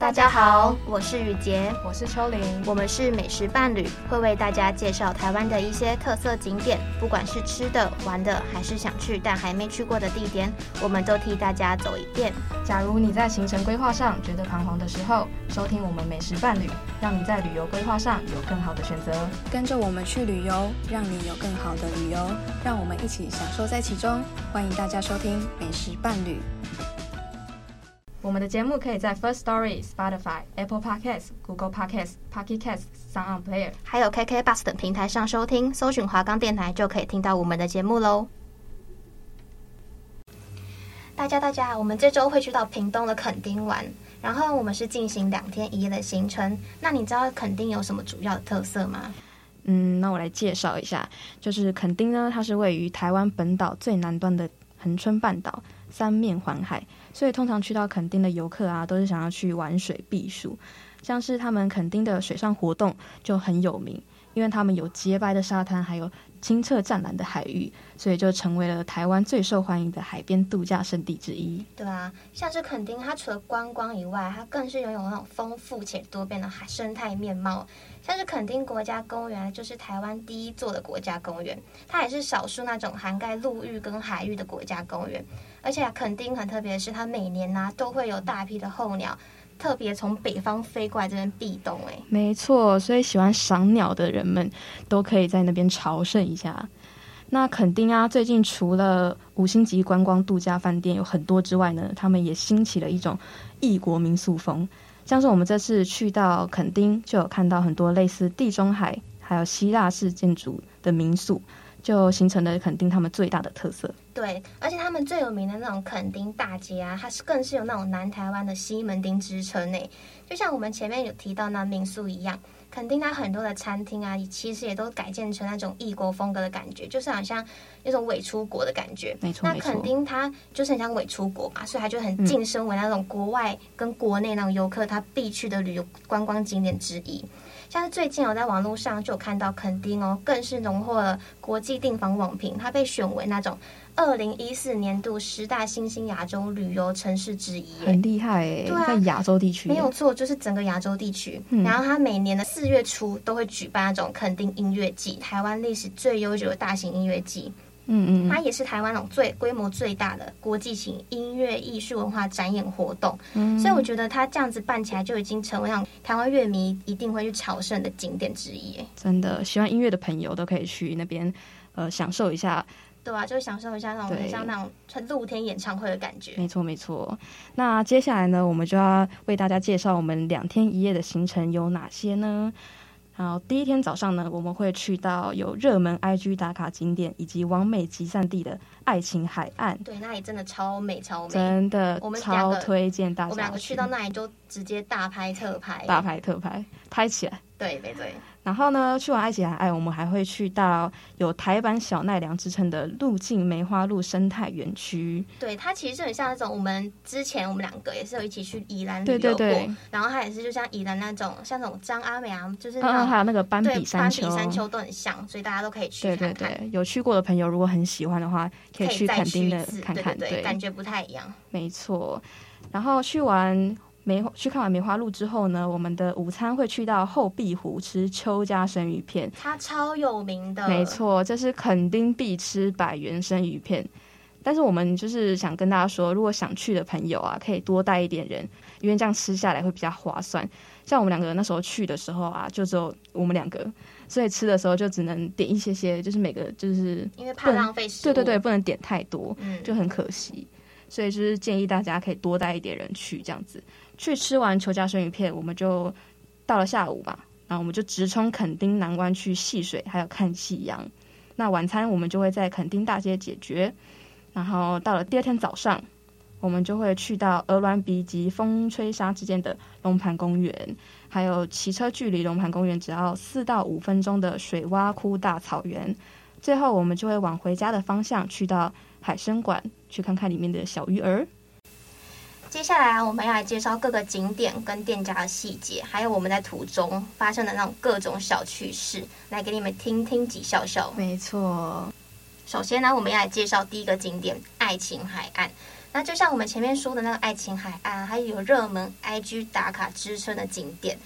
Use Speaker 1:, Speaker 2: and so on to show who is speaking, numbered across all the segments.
Speaker 1: 大家好，我是雨洁，
Speaker 2: 我是秋玲。
Speaker 1: 我们是美食伴侣，会为大家介绍台湾的一些特色景点，不管是吃的、玩的，还是想去但还没去过的地点，我们都替大家走一遍。
Speaker 2: 假如你在行程规划上觉得彷徨的时候，收听我们美食伴侣，让你在旅游规划上有更好的选择。
Speaker 3: 跟着我们去旅游，让你有更好的旅游，让我们一起享受在其中。欢迎大家收听《美食伴侣》。
Speaker 2: 我们的节目可以在 First Story、Spotify、Apple Podcasts、Google Podcasts、Pocket Casts、Sound On Player。
Speaker 1: 还有 KK Bus 等平台上收听，搜寻华冈电台就可以听到我们的节目喽。大家大家，我们这周会去到屏东的垦丁玩，然后我们是进行两天一夜的行程。那你知道垦丁有什么主要的特色吗？
Speaker 2: 嗯，那我来介绍一下，就是垦丁呢，它是位于台湾本岛最南端的恒春半岛，三面环海，所以通常去到垦丁的游客啊，都是想要去玩水避暑。像是他们垦丁的水上活动就很有名，因为他们有洁白的沙滩，还有清澈湛蓝的海域，所以就成为了台湾最受欢迎的海边度假胜地之一。
Speaker 1: 对啊，像是垦丁，它除了观光以外，它更是拥有那种丰富且多变的海生态面貌。像是垦丁国家公园，就是台湾第一座的国家公园，它也是少数那种涵盖陆域跟海域的国家公园。而且啊垦、丁很特别的是，它每年呢、都会有大批的候鸟，特别从北方飞过来这边避冬、欸。
Speaker 2: 没错，所以喜欢赏鸟的人们都可以在那边朝圣一下。那垦丁啊，最近除了五星级观光度假饭店有很多之外呢，他们也兴起了一种异国民宿风，像是我们这次去到垦丁，就有看到很多类似地中海还有希腊式建筑的民宿，就形成了垦丁他们最大的特色。
Speaker 1: 对，而且他们最有名的那种垦丁大街啊，它是更是有那种南台湾的西门町之称呢。就像我们前面有提到那民宿一样，垦丁它很多的餐厅啊，也其实也都改建成那种异国风格的感觉，就是好像那种伪出国的感觉。
Speaker 2: 没错
Speaker 1: 那
Speaker 2: 没错嗯
Speaker 1: 垦丁它就是很像伪出国嘛，所以它就很晋升为那种国外跟国内那种游客他必去的旅游观光景点之一。像是最近哦我在网络上就有看到垦丁哦，更是荣获了国际订房网评，它被选为那种二零一四年度十大新兴亚洲旅游城市之一耶。
Speaker 2: 很厉害诶、
Speaker 1: 对啊
Speaker 2: 在亚洲地区
Speaker 1: 没有错，就是整个亚洲地区。
Speaker 2: 嗯
Speaker 1: 然后它每年的四月初都会举办那种垦丁音乐季，台湾历史最悠久的大型音乐季。
Speaker 2: 嗯嗯
Speaker 1: 它也是台湾那种最规模最大的国际型音乐艺术文化展演活动，
Speaker 2: 嗯
Speaker 1: 所以我觉得它这样子办起来就已经成为让台湾乐迷一定会去朝圣的景点之一耶。
Speaker 2: 真的喜欢音乐的朋友都可以去那边，呃，享受一下
Speaker 1: 对啊，就享受一下那种
Speaker 2: 对
Speaker 1: 很像那种很露天演唱会的感觉。
Speaker 2: 没错，没错。那接下来呢，我们就要为大家介绍我们两天一夜的行程有哪些呢？好，第一天早上呢，我们会去到有热门 IG 打卡景点以及完美集散地的爱琴海岸，
Speaker 1: 对，那里真的超美超美，
Speaker 2: 真的
Speaker 1: 我们两
Speaker 2: 超
Speaker 1: 个
Speaker 2: 推荐大
Speaker 1: 我
Speaker 2: 家。
Speaker 1: 们两个去到那里就直接大拍特拍。
Speaker 2: 大拍特拍，拍起来。
Speaker 1: 对对对。
Speaker 2: 然后呢，去完爱琴海岸，我们还会去到有台版小奈良之称的路径梅花鹿生态园区。
Speaker 1: 对，它其实就很像那种我们之前我们两个也嗯是有一起去宜兰旅
Speaker 2: 对
Speaker 1: 游
Speaker 2: 对
Speaker 1: 过，
Speaker 2: 对，
Speaker 1: 然后它也是就像宜兰那种像那种张阿美啊，就是
Speaker 2: 嗯
Speaker 1: 那
Speaker 2: 嗯，
Speaker 1: 种、
Speaker 2: 还有那个斑
Speaker 1: 对
Speaker 2: 比
Speaker 1: 斑
Speaker 2: 山
Speaker 1: 比
Speaker 2: 丘，
Speaker 1: 山丘都很像，所以大家都可以去
Speaker 2: 对对
Speaker 1: 看看。
Speaker 2: 对，有去过的朋友，如果很喜欢的话，可以
Speaker 1: 可以
Speaker 2: 去
Speaker 1: 再
Speaker 2: 垦
Speaker 1: 去
Speaker 2: 丁
Speaker 1: 一
Speaker 2: 的
Speaker 1: 次，
Speaker 2: 看看。
Speaker 1: 对对对，感觉不太一样。
Speaker 2: 没错。然后去完梅去看完梅花鹿之后呢，我们的午餐会去到后壁湖吃邱家生鱼片。
Speaker 1: 它超有名的，
Speaker 2: 没。错，这是垦丁必吃百元生鱼片。但是我们就是想跟大家说，如果想去的朋友啊，可以多带一点人，因为这样吃下来会比较划算。像我们两个那时候去的时候啊，就只有我们两个，所以吃的时候就只能点一些些，就是每个就是
Speaker 1: 因为怕
Speaker 2: 不能
Speaker 1: 浪费食物，
Speaker 2: 对对对，，不能点太多。
Speaker 1: 嗯，
Speaker 2: 就很可惜。所以就是建议大家可以多带一点人去，这样子去吃完球家生鱼片，我们就到了下午吧，然后我们就直冲垦丁南湾去戏水，还有看夕阳。那晚餐我们就会在垦丁大街解决，然后到了第二天早上，我们就会去到鹅銮鼻及风吹沙之间的龙盘公园，还有骑车距离龙盘公园只要四到五分钟的水洼窟大草原。最后我们就会往回家的方向去到海参馆去看看里面的小鱼儿。
Speaker 1: 接下来啊，我们要来介绍各个景点跟店家的细节，还有我们在途中发生的那种各种小趣事，来给你们听听及笑笑。
Speaker 2: 没错，
Speaker 1: 首先呢，我们要来介绍第一个景点——爱琴海岸。那就像我们前面说的那个爱琴海岸，它有热门 IG 打卡支撑的景点。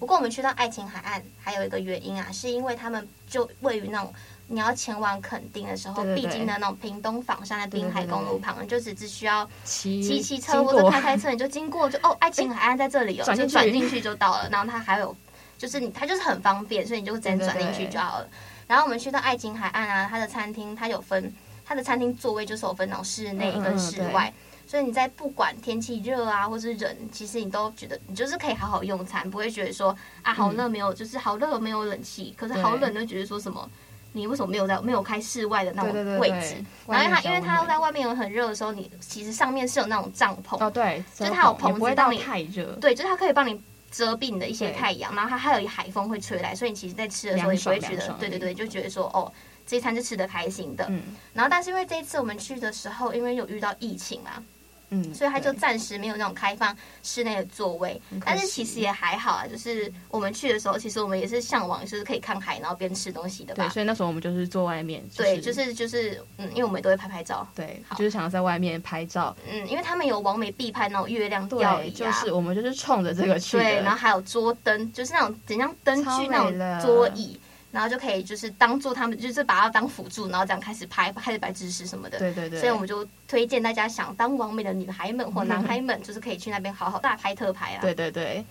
Speaker 1: 不过我们去到爱琴海岸还有一个原因啊，是因为他们就位于那种你要前往垦丁的时候
Speaker 2: 对对
Speaker 1: 必
Speaker 2: 对
Speaker 1: 经的那种屏东仿山的滨海公路旁，你就只只需要
Speaker 2: 骑
Speaker 1: 骑骑车
Speaker 2: 经
Speaker 1: 或者
Speaker 2: 过哎
Speaker 1: 开开车，你就经过就哦，爱琴海岸在这里哦，
Speaker 2: 转
Speaker 1: 就
Speaker 2: 进去
Speaker 1: 转进去就到了。然后它还有就是你，它就是很方便，所以你就直接
Speaker 2: 对对
Speaker 1: 转进去
Speaker 2: 对
Speaker 1: 就好了。然后我们去到爱琴海岸啊，它的餐厅它有分，它的餐厅座位就是有分那种室内
Speaker 2: 嗯嗯
Speaker 1: 跟
Speaker 2: 嗯
Speaker 1: 室
Speaker 2: 对
Speaker 1: 外。所以你在不管天气热啊，或是人，其实你都觉得你就是可以好好用餐，不会觉得说啊好热没有，就是好热没有冷气，可是好
Speaker 2: 嗯对
Speaker 1: 冷就觉得说什么你为什么没有在没有开室外的那
Speaker 2: 对对
Speaker 1: 种
Speaker 2: 对
Speaker 1: 位
Speaker 2: 对，
Speaker 1: 置？然
Speaker 2: 外
Speaker 1: 后因为它因为
Speaker 2: 面比较
Speaker 1: 它
Speaker 2: 温暖
Speaker 1: 在外面有很热的时候，你其实上面是有那种帐篷，
Speaker 2: 哦对，
Speaker 1: 就是
Speaker 2: 遮
Speaker 1: 它有
Speaker 2: 也
Speaker 1: 棚
Speaker 2: 不
Speaker 1: 子
Speaker 2: 会
Speaker 1: 让
Speaker 2: 到
Speaker 1: 你
Speaker 2: 太热，
Speaker 1: 对，就是它可以帮你遮蔽你的一些
Speaker 2: 对
Speaker 1: 太阳，然后它还有海风会吹来，所以你其实在吃的时候
Speaker 2: 凉
Speaker 1: 也不会
Speaker 2: 爽
Speaker 1: 觉
Speaker 2: 凉
Speaker 1: 得，
Speaker 2: 爽
Speaker 1: 对
Speaker 2: 的
Speaker 1: 对对，
Speaker 2: 那
Speaker 1: 就觉得说哦，这一餐是吃的开心的。
Speaker 2: 嗯
Speaker 1: 然后但是因为这一次我们去的时候，因为有遇到疫情啊，
Speaker 2: 嗯，
Speaker 1: 所以它就
Speaker 2: 对
Speaker 1: 暂时没有那种开放室内的座位
Speaker 2: 很。可
Speaker 1: 但是其实
Speaker 2: 惜
Speaker 1: 也还好啊，就是我们去的时候，其实我们也是向往就是可以看海，然后边吃东西的
Speaker 2: 对，
Speaker 1: 吧。
Speaker 2: 所以那时候我们就是坐外面，
Speaker 1: 啊对，就是就是，嗯，因为我们也都会拍拍照，
Speaker 2: 对
Speaker 1: 好，
Speaker 2: 就是想要在外面拍照，
Speaker 1: 嗯，因为他们有完美必拍那种月亮钓
Speaker 2: 对，
Speaker 1: 鱼
Speaker 2: 就
Speaker 1: 啊，
Speaker 2: 是我们就是冲着这个去的，
Speaker 1: 对，然后还有桌灯，就是那种怎样灯具
Speaker 2: 超美
Speaker 1: 那种
Speaker 2: 了
Speaker 1: 桌椅，然后就可以就是当做他们就是把它当辅助，然后这样开始拍，开始摆姿势什么的。
Speaker 2: 对对对，
Speaker 1: 所以我们就推荐大家想当完美的女孩们或男孩们，就是可以去那边好好大拍特拍啊。
Speaker 2: 对对对。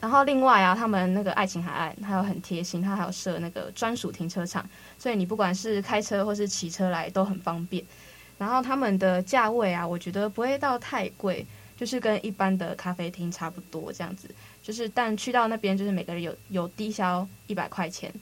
Speaker 2: 然后另外啊，他们那个爱琴海岸还有很贴心，它还有设那个专属停车场，所以你不管是开车或是骑车来都很方便。然后他们的价位啊，我觉得不会到太贵，就是跟一般的咖啡厅差不多这样子。就是但去到那边，就是每个人有有低消一百块钱，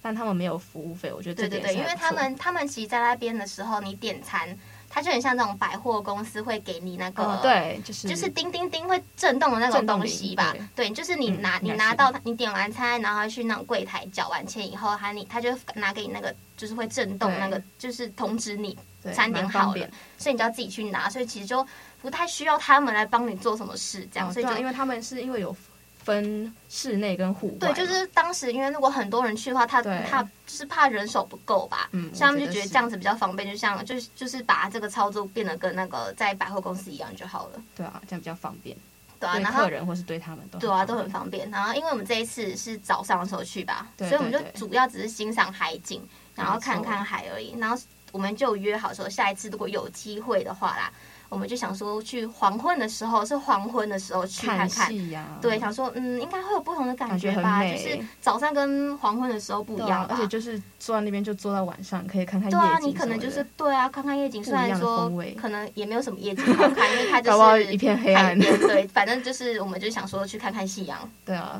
Speaker 2: 但他们没有服务费，我觉得
Speaker 1: 对
Speaker 2: 这
Speaker 1: 对对，
Speaker 2: 点是
Speaker 1: 因
Speaker 2: 还
Speaker 1: 为
Speaker 2: 不
Speaker 1: 他
Speaker 2: 错
Speaker 1: 们他们其实在那边的时候，你点餐，它就很像那种百货公司会给你那个、
Speaker 2: 哦对，就是
Speaker 1: 就是叮叮叮会震动的那种
Speaker 2: 震动
Speaker 1: 东
Speaker 2: 铃
Speaker 1: 西吧？对，就是你
Speaker 2: 嗯
Speaker 1: 拿
Speaker 2: 应
Speaker 1: 你
Speaker 2: 该
Speaker 1: 拿
Speaker 2: 是
Speaker 1: 到你点完餐，然后去那种柜台缴完钱以后，他你他就拿给你那个就是会震动
Speaker 2: 对
Speaker 1: 那个，就是通知你，
Speaker 2: 对
Speaker 1: 餐点
Speaker 2: 蛮方
Speaker 1: 好
Speaker 2: 便
Speaker 1: 了，所以你就要自己去拿，所以其实就不太需要他们来帮你做什么事，这样，
Speaker 2: 哦
Speaker 1: 所以
Speaker 2: 对啊
Speaker 1: 就
Speaker 2: 因。为他们是因为有分室内跟户外
Speaker 1: 对，
Speaker 2: 嘛，
Speaker 1: 就是当时因为如果很多人去的话，他
Speaker 2: 对
Speaker 1: 他就是怕人手不够吧，
Speaker 2: 嗯
Speaker 1: 所以他们
Speaker 2: 我
Speaker 1: 就
Speaker 2: 觉
Speaker 1: 觉得
Speaker 2: 得是
Speaker 1: 这样子比较方便，就像就是就是把这个操作变得跟那个在百货公司一样就好了，
Speaker 2: 对啊，这样比较方便。
Speaker 1: 对啊，
Speaker 2: 对
Speaker 1: 然后
Speaker 2: 客人或是对他们都
Speaker 1: 对啊，
Speaker 2: 方
Speaker 1: 都很
Speaker 2: 便
Speaker 1: 方便。然后因为我们这一次是早上的时候去吧，
Speaker 2: 对
Speaker 1: 所以我们
Speaker 2: 对
Speaker 1: 就
Speaker 2: 对
Speaker 1: 主要只是欣赏海景，然后
Speaker 2: 没错
Speaker 1: 看看海而已。然后我们就有约好说，下一次如果有机会的话啦，我们就想说去黄昏的时候，是黄昏的时候去看看。
Speaker 2: 戏呀、啊
Speaker 1: 对，想说嗯，应该会有不同的感
Speaker 2: 感觉很
Speaker 1: 吧，就
Speaker 2: 美
Speaker 1: 是早上跟黄昏的时候不一
Speaker 2: 对
Speaker 1: 样
Speaker 2: 啊，
Speaker 1: 吧。
Speaker 2: 而且就是坐在那边就坐到晚上，可以看看夜
Speaker 1: 对
Speaker 2: 景什么
Speaker 1: 啊，
Speaker 2: 的。
Speaker 1: 你可能就是对啊，看看夜景，
Speaker 2: 不
Speaker 1: 虽
Speaker 2: 一样的
Speaker 1: 然说
Speaker 2: 风味
Speaker 1: 可能也没有什么夜景好看，因为 它就
Speaker 2: 搞不好
Speaker 1: 是
Speaker 2: 一片黑
Speaker 1: 海
Speaker 2: 暗。
Speaker 1: 边，对，反正就是我们就想说去看看夕阳。
Speaker 2: 对啊。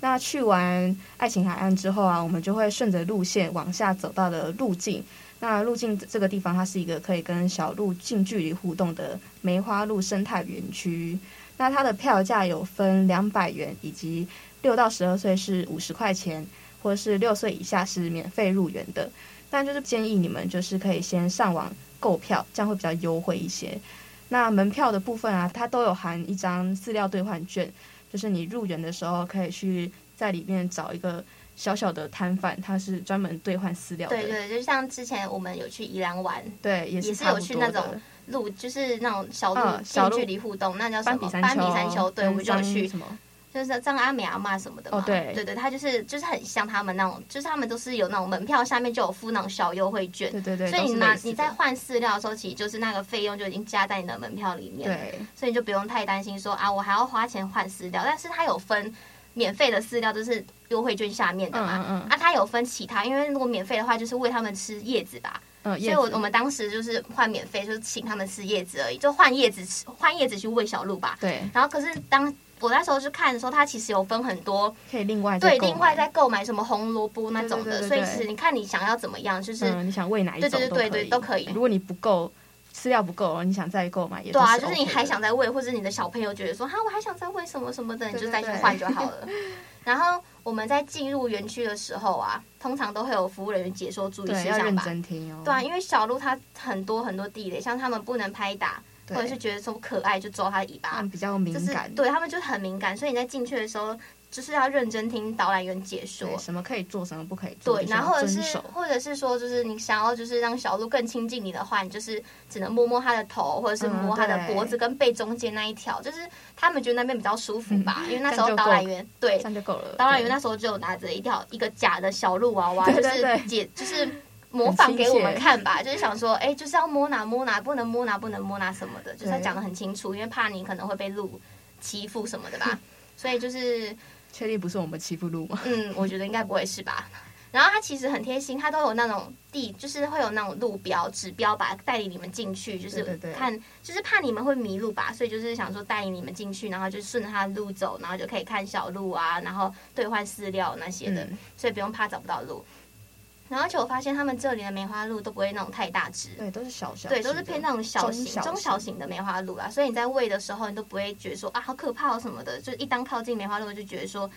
Speaker 2: 那去完爱琴海岸之后啊，我们就会顺着路线往下走到了路径。那路径这个地方，它是一个可以跟小路近距离互动的梅花鹿生态园区。那它的票价有分两百元，以及六到十二岁是五十块钱，或者是六岁以下是免费入园的。但就是建议你们就是可以先上网购票，这样会比较优惠一些。那门票的部分啊，它都有含一张饲料兑换券，就是你入园的时候可以去在里面找一个小小的摊贩，它是专门兑换饲料的。
Speaker 1: 对对，就像之前我们有去宜兰玩
Speaker 2: 对也
Speaker 1: 也
Speaker 2: 是
Speaker 1: 是
Speaker 2: 差
Speaker 1: 有
Speaker 2: 不
Speaker 1: 去
Speaker 2: 多
Speaker 1: 那
Speaker 2: 的
Speaker 1: 种路，就是那种小路
Speaker 2: 嗯
Speaker 1: 近
Speaker 2: 小
Speaker 1: 距
Speaker 2: 路
Speaker 1: 离互动，那叫什
Speaker 2: 斑
Speaker 1: 么？
Speaker 2: 比
Speaker 1: 斑
Speaker 2: 山
Speaker 1: 比山丘，对，我
Speaker 2: 跟
Speaker 1: 们就有
Speaker 2: 张
Speaker 1: 去，
Speaker 2: 什么？
Speaker 1: 就是张阿美阿妈什么的嘛。
Speaker 2: 哦对
Speaker 1: 对对，它就是就是很像他们那种，就是他们都是有那种门票下面就有附那种小优惠券，
Speaker 2: 对对对，
Speaker 1: 所以
Speaker 2: 都
Speaker 1: 你
Speaker 2: 是
Speaker 1: 拿
Speaker 2: 类似
Speaker 1: 你
Speaker 2: 的
Speaker 1: 在换饲料的时候，其实就是那个费用就已经加在你的门票里面了，
Speaker 2: 对
Speaker 1: 所以你就不用太担心说啊，我还要花钱换饲料，但是它有分。免费的饲料就是优惠券下面的嘛，
Speaker 2: 嗯嗯嗯
Speaker 1: 啊，它有分其他，因为如果免费的话，就是喂他们吃叶子吧，
Speaker 2: 嗯，
Speaker 1: 所以
Speaker 2: 叶
Speaker 1: 我
Speaker 2: 子
Speaker 1: 我们当时就是换免费，就是请他们吃叶子而已，就换叶子吃，换叶子去喂小鹿吧。
Speaker 2: 对
Speaker 1: 然后可是当我那时候去看的时候，它其实有分很多，
Speaker 2: 可以另外再
Speaker 1: 对，
Speaker 2: 购
Speaker 1: 另外
Speaker 2: 买
Speaker 1: 再购买什么红萝卜那种的，
Speaker 2: 对对对对
Speaker 1: 所以
Speaker 2: 对
Speaker 1: 其实你看你想要怎么样，就是、
Speaker 2: 嗯，你想喂哪一
Speaker 1: 对
Speaker 2: 种
Speaker 1: 对对对对都可以
Speaker 2: 如果你不够饲料不够，你想再购买也
Speaker 1: 对啊，
Speaker 2: 都
Speaker 1: 就是
Speaker 2: OK
Speaker 1: 你还想
Speaker 2: 的
Speaker 1: 再喂，或者你的小朋友觉得说哈，我还想再喂什么什么的，你
Speaker 2: 对
Speaker 1: 就
Speaker 2: 对
Speaker 1: 再去
Speaker 2: 对
Speaker 1: 换就好 了。然后我们在进入园区的时候啊，通常都会有服务人员解说注意事
Speaker 2: 对要
Speaker 1: 项
Speaker 2: 认
Speaker 1: 吧。啊
Speaker 2: 真听哦。
Speaker 1: 对啊，因为小鹿它很多很多地雷，像他们不能拍打，或者是觉得说可爱就抓它的尾
Speaker 2: 他
Speaker 1: 巴
Speaker 2: 们，比较敏
Speaker 1: 就是
Speaker 2: 感，
Speaker 1: 对他们就很敏感，所以你在进去的时候就是要认真听导览员解说
Speaker 2: 对，。什么可以做，什么不可以做，
Speaker 1: 对，
Speaker 2: 就是
Speaker 1: 然
Speaker 2: 要
Speaker 1: 后或者
Speaker 2: 遵
Speaker 1: 是
Speaker 2: 守
Speaker 1: 或者是说，就是你想要就是让小鹿更亲近你的话，你就是只能摸摸它的头，或者是
Speaker 2: 嗯
Speaker 1: 摸它的
Speaker 2: 对
Speaker 1: 脖子跟背中间那一条，就是他们觉得那边比较舒服 吧，因为那时
Speaker 2: 这
Speaker 1: 候
Speaker 2: 样
Speaker 1: 导
Speaker 2: 就够
Speaker 1: 览员对
Speaker 2: 这样就够了。
Speaker 1: 导览
Speaker 2: 对
Speaker 1: 员那时候就有拿着一条一个假的小鹿娃娃，
Speaker 2: 对
Speaker 1: 就
Speaker 2: 对对
Speaker 1: 是解就是模仿给我们看吧，就是想说，哎，就是要摸哪摸哪，不能摸哪不能摸哪什么的，就是他讲的很清楚，因为怕你可能会被鹿欺负什么的 吧，所以就是
Speaker 2: 确定不是我们欺负鹿吗？
Speaker 1: 嗯，我觉得应该不会是吧。然后它其实很贴心，它都有那种地，就是会有那种路标、指标吧，带领你们进去，就是
Speaker 2: 对对对
Speaker 1: 看，就是怕你们会迷路吧，所以就是想说带领你们进去，然后就顺着它的路走，然后就可以看小路啊，然后兑换饲料那些的，
Speaker 2: 嗯
Speaker 1: 所以不用怕找不到路。然后而且我发现他们这里的梅花鹿都不会那种太大只，
Speaker 2: 对，都是小嗯小只
Speaker 1: 对，
Speaker 2: 的，
Speaker 1: 都是偏那种小型、
Speaker 2: 中小型
Speaker 1: 中小型的梅花鹿啦，所以你在喂的时候，你都不会觉得说啊好可怕哦什么的，就一当靠近梅花鹿就觉得说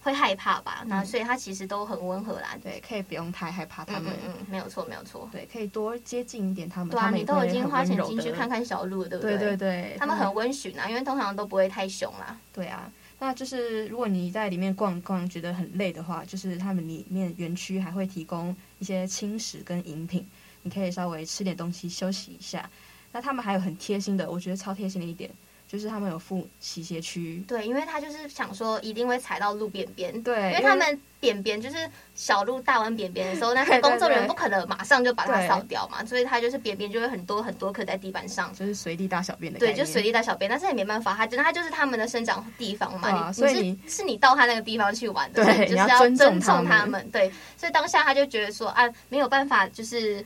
Speaker 1: 会害怕吧，然后所以它其实都很温和啦。
Speaker 2: 嗯对，可以不用太害怕他
Speaker 1: 嗯
Speaker 2: 们
Speaker 1: 嗯，嗯，没有错没有错。
Speaker 2: 对，可以多接近一点他们。
Speaker 1: 对啊，
Speaker 2: 他们
Speaker 1: 你
Speaker 2: 也
Speaker 1: 都
Speaker 2: 会
Speaker 1: 已经
Speaker 2: 很
Speaker 1: 花
Speaker 2: 温
Speaker 1: 钱
Speaker 2: 柔
Speaker 1: 进去
Speaker 2: 的
Speaker 1: 看，看小鹿了，对不
Speaker 2: 对
Speaker 1: 对
Speaker 2: 对对，
Speaker 1: 他们很温驯啊，因为通常都不会太凶啦。
Speaker 2: 对啊。那就是如果你在里面逛逛觉得很累的话，就是他们里面园区还会提供一些轻食跟饮品，你可以稍微吃点东西休息一下。那他们还有很贴心的，我觉得超贴心的一点，就是他们有附洗鞋区。
Speaker 1: 对，因为他就是想说一定会踩到路边边，
Speaker 2: 对
Speaker 1: 因为
Speaker 2: 因为
Speaker 1: 他们扁扁就是小鹿大完扁扁的时 候，那
Speaker 2: 对对
Speaker 1: 工作人员
Speaker 2: 对
Speaker 1: 不可能马上就把它
Speaker 2: 对
Speaker 1: 扫掉嘛，所以他就是扁扁就会很多很多颗在地板上，
Speaker 2: 就是随地大小便的概
Speaker 1: 对，
Speaker 2: 念，
Speaker 1: 就随地大小便，但是也没办法，它真的它就是他们的生长地方嘛，
Speaker 2: 对啊
Speaker 1: 你
Speaker 2: 所以
Speaker 1: 你是是你到他那个地方去玩的，
Speaker 2: 对
Speaker 1: 所以你就是
Speaker 2: 你要
Speaker 1: 尊
Speaker 2: 尊重他
Speaker 1: 重
Speaker 2: 们
Speaker 1: 他们，对，所以当下他就觉得说啊，没有办法，就是。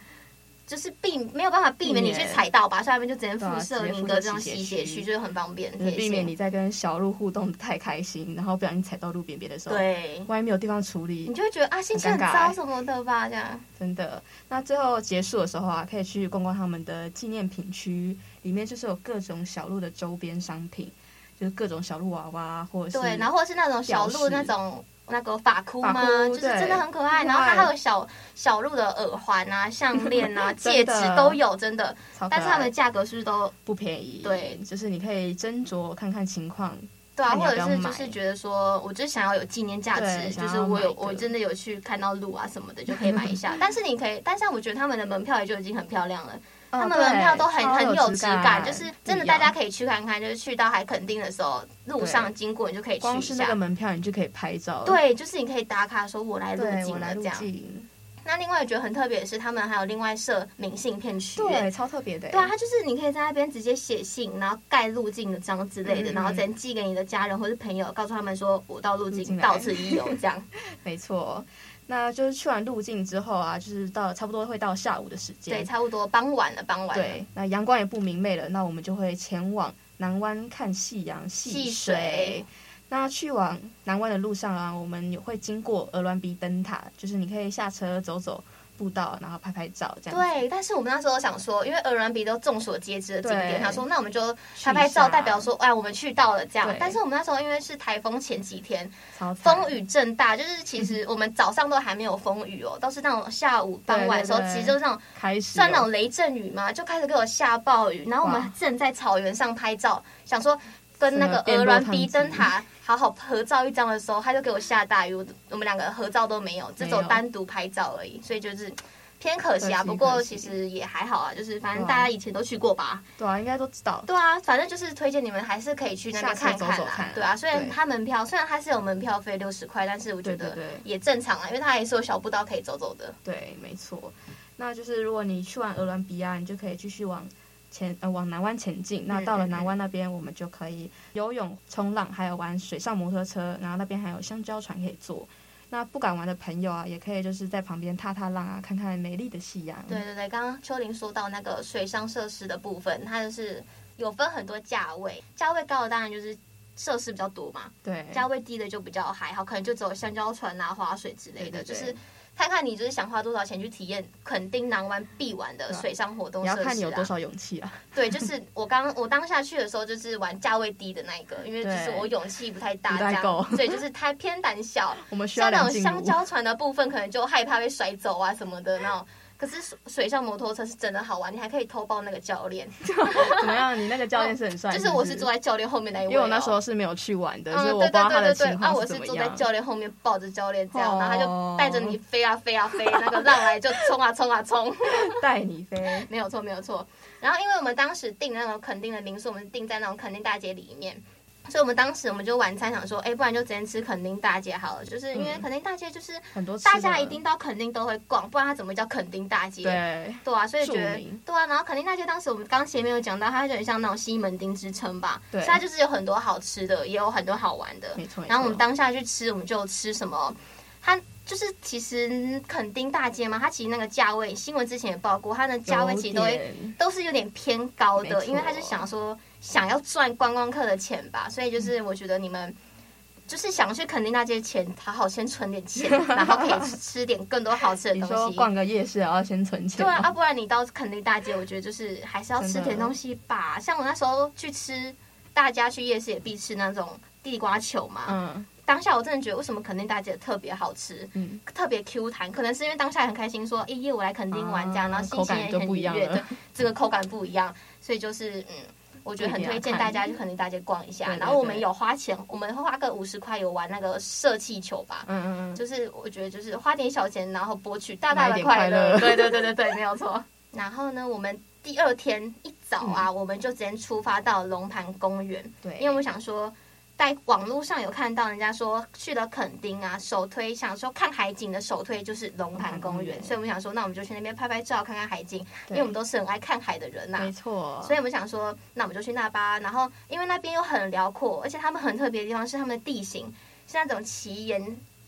Speaker 1: 就是避没有办法避免你
Speaker 2: 避
Speaker 1: 去
Speaker 2: 免
Speaker 1: 踩到吧，所以他们就直接
Speaker 2: 对啊
Speaker 1: 附设
Speaker 2: 直接
Speaker 1: 你
Speaker 2: 附
Speaker 1: 的
Speaker 2: 设
Speaker 1: 这种
Speaker 2: 洗鞋
Speaker 1: 吸血
Speaker 2: 区
Speaker 1: 区，就是很方便，
Speaker 2: 就是避免
Speaker 1: 你
Speaker 2: 你在跟小鹿互动得太开心，然后不小心踩到路边边的时候，，
Speaker 1: 对，
Speaker 2: 万一没有地方处理
Speaker 1: 你，就会觉得啊，心情很
Speaker 2: 很尴尬
Speaker 1: 糟
Speaker 2: 欸
Speaker 1: 什么的吧，这样。
Speaker 2: 真的。那最后结束的时候啊，可以去逛逛他们的纪念品区，里面就是有各种小鹿的周边商品，就是各种小鹿娃娃或者是
Speaker 1: 对，然后或是那种小
Speaker 2: 表
Speaker 1: 鹿
Speaker 2: 示
Speaker 1: 那种那个发箍吗？
Speaker 2: 发箍
Speaker 1: 就是
Speaker 2: 对
Speaker 1: 真的很可爱。
Speaker 2: 很可爱
Speaker 1: 然后它还有小小鹿的耳环啊、项链 啊、戒
Speaker 2: 真的
Speaker 1: 指都有，真的。
Speaker 2: 超可爱
Speaker 1: 但是它们的价格是不是都
Speaker 2: 不便宜，
Speaker 1: 对
Speaker 2: 就是你可以斟酌看看情况，
Speaker 1: 对啊？
Speaker 2: 看你
Speaker 1: 或
Speaker 2: 要不
Speaker 1: 者
Speaker 2: 要
Speaker 1: 是
Speaker 2: 买
Speaker 1: 就是觉得说，我就是想要有纪念价值
Speaker 2: 对，
Speaker 1: 就
Speaker 2: 想
Speaker 1: 是
Speaker 2: 要
Speaker 1: 我有
Speaker 2: 买一个
Speaker 1: 我真的有去看到鹿啊什么的，就可以买一 下。但是你可以，但像我觉得他们的门票也就已经很漂亮了。他们门票都很
Speaker 2: 哦哦对
Speaker 1: 很有
Speaker 2: 超
Speaker 1: 质
Speaker 2: 感，
Speaker 1: 就是真的
Speaker 2: 不一
Speaker 1: 大
Speaker 2: 样
Speaker 1: 家可以去看看，就是去到海垦丁的时候，路上
Speaker 2: 对
Speaker 1: 经过你就可以去
Speaker 2: 光
Speaker 1: 一
Speaker 2: 是那
Speaker 1: 下
Speaker 2: 个。门票你就可以拍照了，
Speaker 1: 对，就是你可以打卡说我来入
Speaker 2: 对，我
Speaker 1: 境
Speaker 2: 来
Speaker 1: 了
Speaker 2: 入
Speaker 1: 这样。
Speaker 2: 境，
Speaker 1: 那另外我觉得很特别的是，他们还有另外设明信片区。
Speaker 2: 对，。超特别的，欸
Speaker 1: 对啊，它就是你可以在那边直接写信，然后盖入境的章之类的，
Speaker 2: 嗯嗯嗯
Speaker 1: 然后再寄给你的家人或是朋友，告诉他们说我到入
Speaker 2: 入
Speaker 1: 境
Speaker 2: 境来
Speaker 1: 到此 一游这样。
Speaker 2: 没错，那就是去完路径之后啊，就是到差不多会到下午的时
Speaker 1: 对，
Speaker 2: 间，
Speaker 1: 差不多傍晚了，傍晚了。
Speaker 2: 对，那阳光也不明媚了，那我们就会前往南湾看夕阳、戏
Speaker 1: 戏水
Speaker 2: 那去往南湾的路上啊，我们也会经过鹅銮鼻灯塔，就是你可以下车走走步道，然后拍拍照这样子。
Speaker 1: 对，但是我们那时候想说，因为鹅銮鼻都众所皆知的景点，
Speaker 2: 对
Speaker 1: 他说那我们就
Speaker 2: 去
Speaker 1: 拍
Speaker 2: 一
Speaker 1: 拍照，
Speaker 2: 下
Speaker 1: 代表说哎我们去到了这样
Speaker 2: 对。
Speaker 1: 但是我们那时候因为是台风前几天，
Speaker 2: 超惨
Speaker 1: 风雨正大，就是其实我们早上都还没有风雨哦，都是那种下午傍晚的时候，
Speaker 2: 嗯对对对哦
Speaker 1: 其实就是那种
Speaker 2: 开始
Speaker 1: 算那
Speaker 2: 有
Speaker 1: 种雷阵雨嘛，就开始给我下暴雨，然后我们
Speaker 2: 哇啊
Speaker 1: 正在草原上拍照，想说跟那个鹅
Speaker 2: 什么变
Speaker 1: 銮
Speaker 2: 落汤
Speaker 1: 鼻
Speaker 2: 鸡
Speaker 1: 灯塔好好合照一张的时候，他就给我下大雨，我我们两个合照都没有，只
Speaker 2: 没
Speaker 1: 走
Speaker 2: 有
Speaker 1: 单独拍照而已，所以就是偏可惜啊。
Speaker 2: 可惜
Speaker 1: 不过
Speaker 2: 可
Speaker 1: 其
Speaker 2: 惜
Speaker 1: 实也还好啊，就是反正
Speaker 2: 对啊
Speaker 1: 大家以前都去过吧。
Speaker 2: 对啊，应该都知道。
Speaker 1: 对啊，反正就是推荐你们还是可以去那边
Speaker 2: 下
Speaker 1: 看
Speaker 2: 次走
Speaker 1: 看
Speaker 2: 走
Speaker 1: 啦。
Speaker 2: 看啊
Speaker 1: 对啊，虽然
Speaker 2: 对
Speaker 1: 它门票虽然它是有门票费六十块，但是我觉
Speaker 2: 对
Speaker 1: 得
Speaker 2: 对对
Speaker 1: 也正常啊，因为它也是有小步道可以走走的。
Speaker 2: 对，没错。那就是如果你去完鹅銮鼻啊，你就可以继续往前呃往南湾前
Speaker 1: 嗯
Speaker 2: 进。那到了南湾那边，我们就可以游泳、冲浪，还有玩水上摩托车。然后那边还有香蕉船可以坐。那不敢玩的朋友啊，也可以就是在旁边踏踏浪啊，看看美丽的夕阳。
Speaker 1: 对对对，刚刚秋玲说到那个水上设施的部分，它就是有分很多价位，价位高的当然就是设施比较多嘛，
Speaker 2: 对，
Speaker 1: 价位低的就比较还好，可能就只有香蕉船啊、划水之类的，
Speaker 2: 对对对
Speaker 1: 就是看看你就是想花多少钱去体验垦丁南湾必玩的水上活动
Speaker 2: 你
Speaker 1: 设
Speaker 2: 要
Speaker 1: 施、啊。
Speaker 2: 看你有多少勇气啊。
Speaker 1: 对，就是我刚我当下去的时候，就是玩价位低的那一个，因为就是
Speaker 2: 对
Speaker 1: 我勇气不太大，
Speaker 2: 不
Speaker 1: 这
Speaker 2: 太
Speaker 1: 样
Speaker 2: 够，
Speaker 1: 所以就是太偏胆小。
Speaker 2: 我们需要
Speaker 1: 像那
Speaker 2: 梁
Speaker 1: 种
Speaker 2: 静
Speaker 1: 香
Speaker 2: 茹。
Speaker 1: 蕉船的部分，可能就害怕被甩走啊什么的那种。可是水水上摩托车是真的好玩，你还可以偷抱那个教练，
Speaker 2: 怎么样？你那个教练是很帅，
Speaker 1: 就是我是坐在教练后面那一位、
Speaker 2: 因
Speaker 1: 哦，
Speaker 2: 为我那时候是没有去玩的，
Speaker 1: 嗯，
Speaker 2: 所以
Speaker 1: 对
Speaker 2: 我不
Speaker 1: 对
Speaker 2: 知道他
Speaker 1: 对对
Speaker 2: 的
Speaker 1: 对，
Speaker 2: 情
Speaker 1: 啊，
Speaker 2: 况
Speaker 1: 我
Speaker 2: 怎
Speaker 1: 是
Speaker 2: 么
Speaker 1: 坐在
Speaker 2: 样。
Speaker 1: 教练后面抱着教练这样，
Speaker 2: 哦
Speaker 1: 然后他就带着你飞啊飞啊飞，那个浪来就冲啊冲啊冲，
Speaker 2: 带你飞，
Speaker 1: 没有错没有错。然后因为我们当时订那种垦丁的民宿，我们订在那种垦丁大街里面。所以我们当时我们就晚餐想说，哎、不然就直接吃垦丁大街好了，就是因为
Speaker 2: 嗯
Speaker 1: 垦丁大街就是
Speaker 2: 很多吃的
Speaker 1: 大家一定到垦丁都会逛，不然它怎么叫垦丁大街？
Speaker 2: 对，
Speaker 1: 对啊，所以觉
Speaker 2: 著
Speaker 1: 得
Speaker 2: 名
Speaker 1: 对啊，然后垦丁大街当时我们刚前面有讲到，它就很像那种西门町之称吧，
Speaker 2: 对
Speaker 1: 所以它就是有很多好吃的，也有很多好玩的。
Speaker 2: 没错。
Speaker 1: 然后我们
Speaker 2: 没错
Speaker 1: 当下去吃，我们就吃什么？它就是其实垦丁大街嘛，它其实那个价位，新闻之前也报过，它的价位其实都
Speaker 2: 有
Speaker 1: 会
Speaker 2: 点
Speaker 1: 都是有点偏高
Speaker 2: 没错
Speaker 1: 的，因为他就想说想要赚观光客的钱吧，所以就是我觉得你们。就是想去垦丁大街前，好好先存点 钱，然后可以吃吃点更多好吃的
Speaker 2: 你
Speaker 1: 东
Speaker 2: 说
Speaker 1: 西。
Speaker 2: 逛个夜市也要先存钱
Speaker 1: 对
Speaker 2: 吗，
Speaker 1: 啊，啊不然你到垦丁大街，我觉得就是还是要吃
Speaker 2: 真的
Speaker 1: 点东西吧。像我那时候去吃，大家去夜市也必吃那种地瓜球嘛。
Speaker 2: 嗯
Speaker 1: 当下我真的觉得，为什么垦丁大街特别好吃，
Speaker 2: 嗯，
Speaker 1: 特别 Q 弹？可能是因为当下很开心说，哎、耶，我来垦丁玩这样，
Speaker 2: 啊
Speaker 1: 然后心
Speaker 2: 口
Speaker 1: 情
Speaker 2: 感
Speaker 1: 也
Speaker 2: 就
Speaker 1: 很
Speaker 2: 不一
Speaker 1: 愉
Speaker 2: 样
Speaker 1: 悦，对
Speaker 2: 了，
Speaker 1: 这个口感不一样，所以就是嗯。我觉得很推荐大家去垦丁大街逛一下
Speaker 2: 对，对
Speaker 1: 然后我们有花钱，我们会花个五十块有玩那个射气球吧，
Speaker 2: 嗯嗯嗯，
Speaker 1: 就是我觉得就是花点小钱，然后博取大大
Speaker 2: 买
Speaker 1: 的
Speaker 2: 点快乐
Speaker 1: 对对对 对对，没有错。然后呢，我们第二天一早啊，
Speaker 2: 嗯
Speaker 1: 我们就直接出发到龙盘公园，
Speaker 2: 对，
Speaker 1: 因为我想说，在网络上有看到人家说去了垦丁啊，首推想说看海景的首推就是龙盘公
Speaker 2: 龙盘公园
Speaker 1: 园，所以我们想说，那我们就去那边拍拍照，看看海景，因
Speaker 2: 对
Speaker 1: 为我们都是很爱看海的人呐、
Speaker 2: 没错，
Speaker 1: 所以我们想说，那我们就去那吧。然后因为那边又很辽阔，而且他们很特别的地方是他们的地形是那种奇岩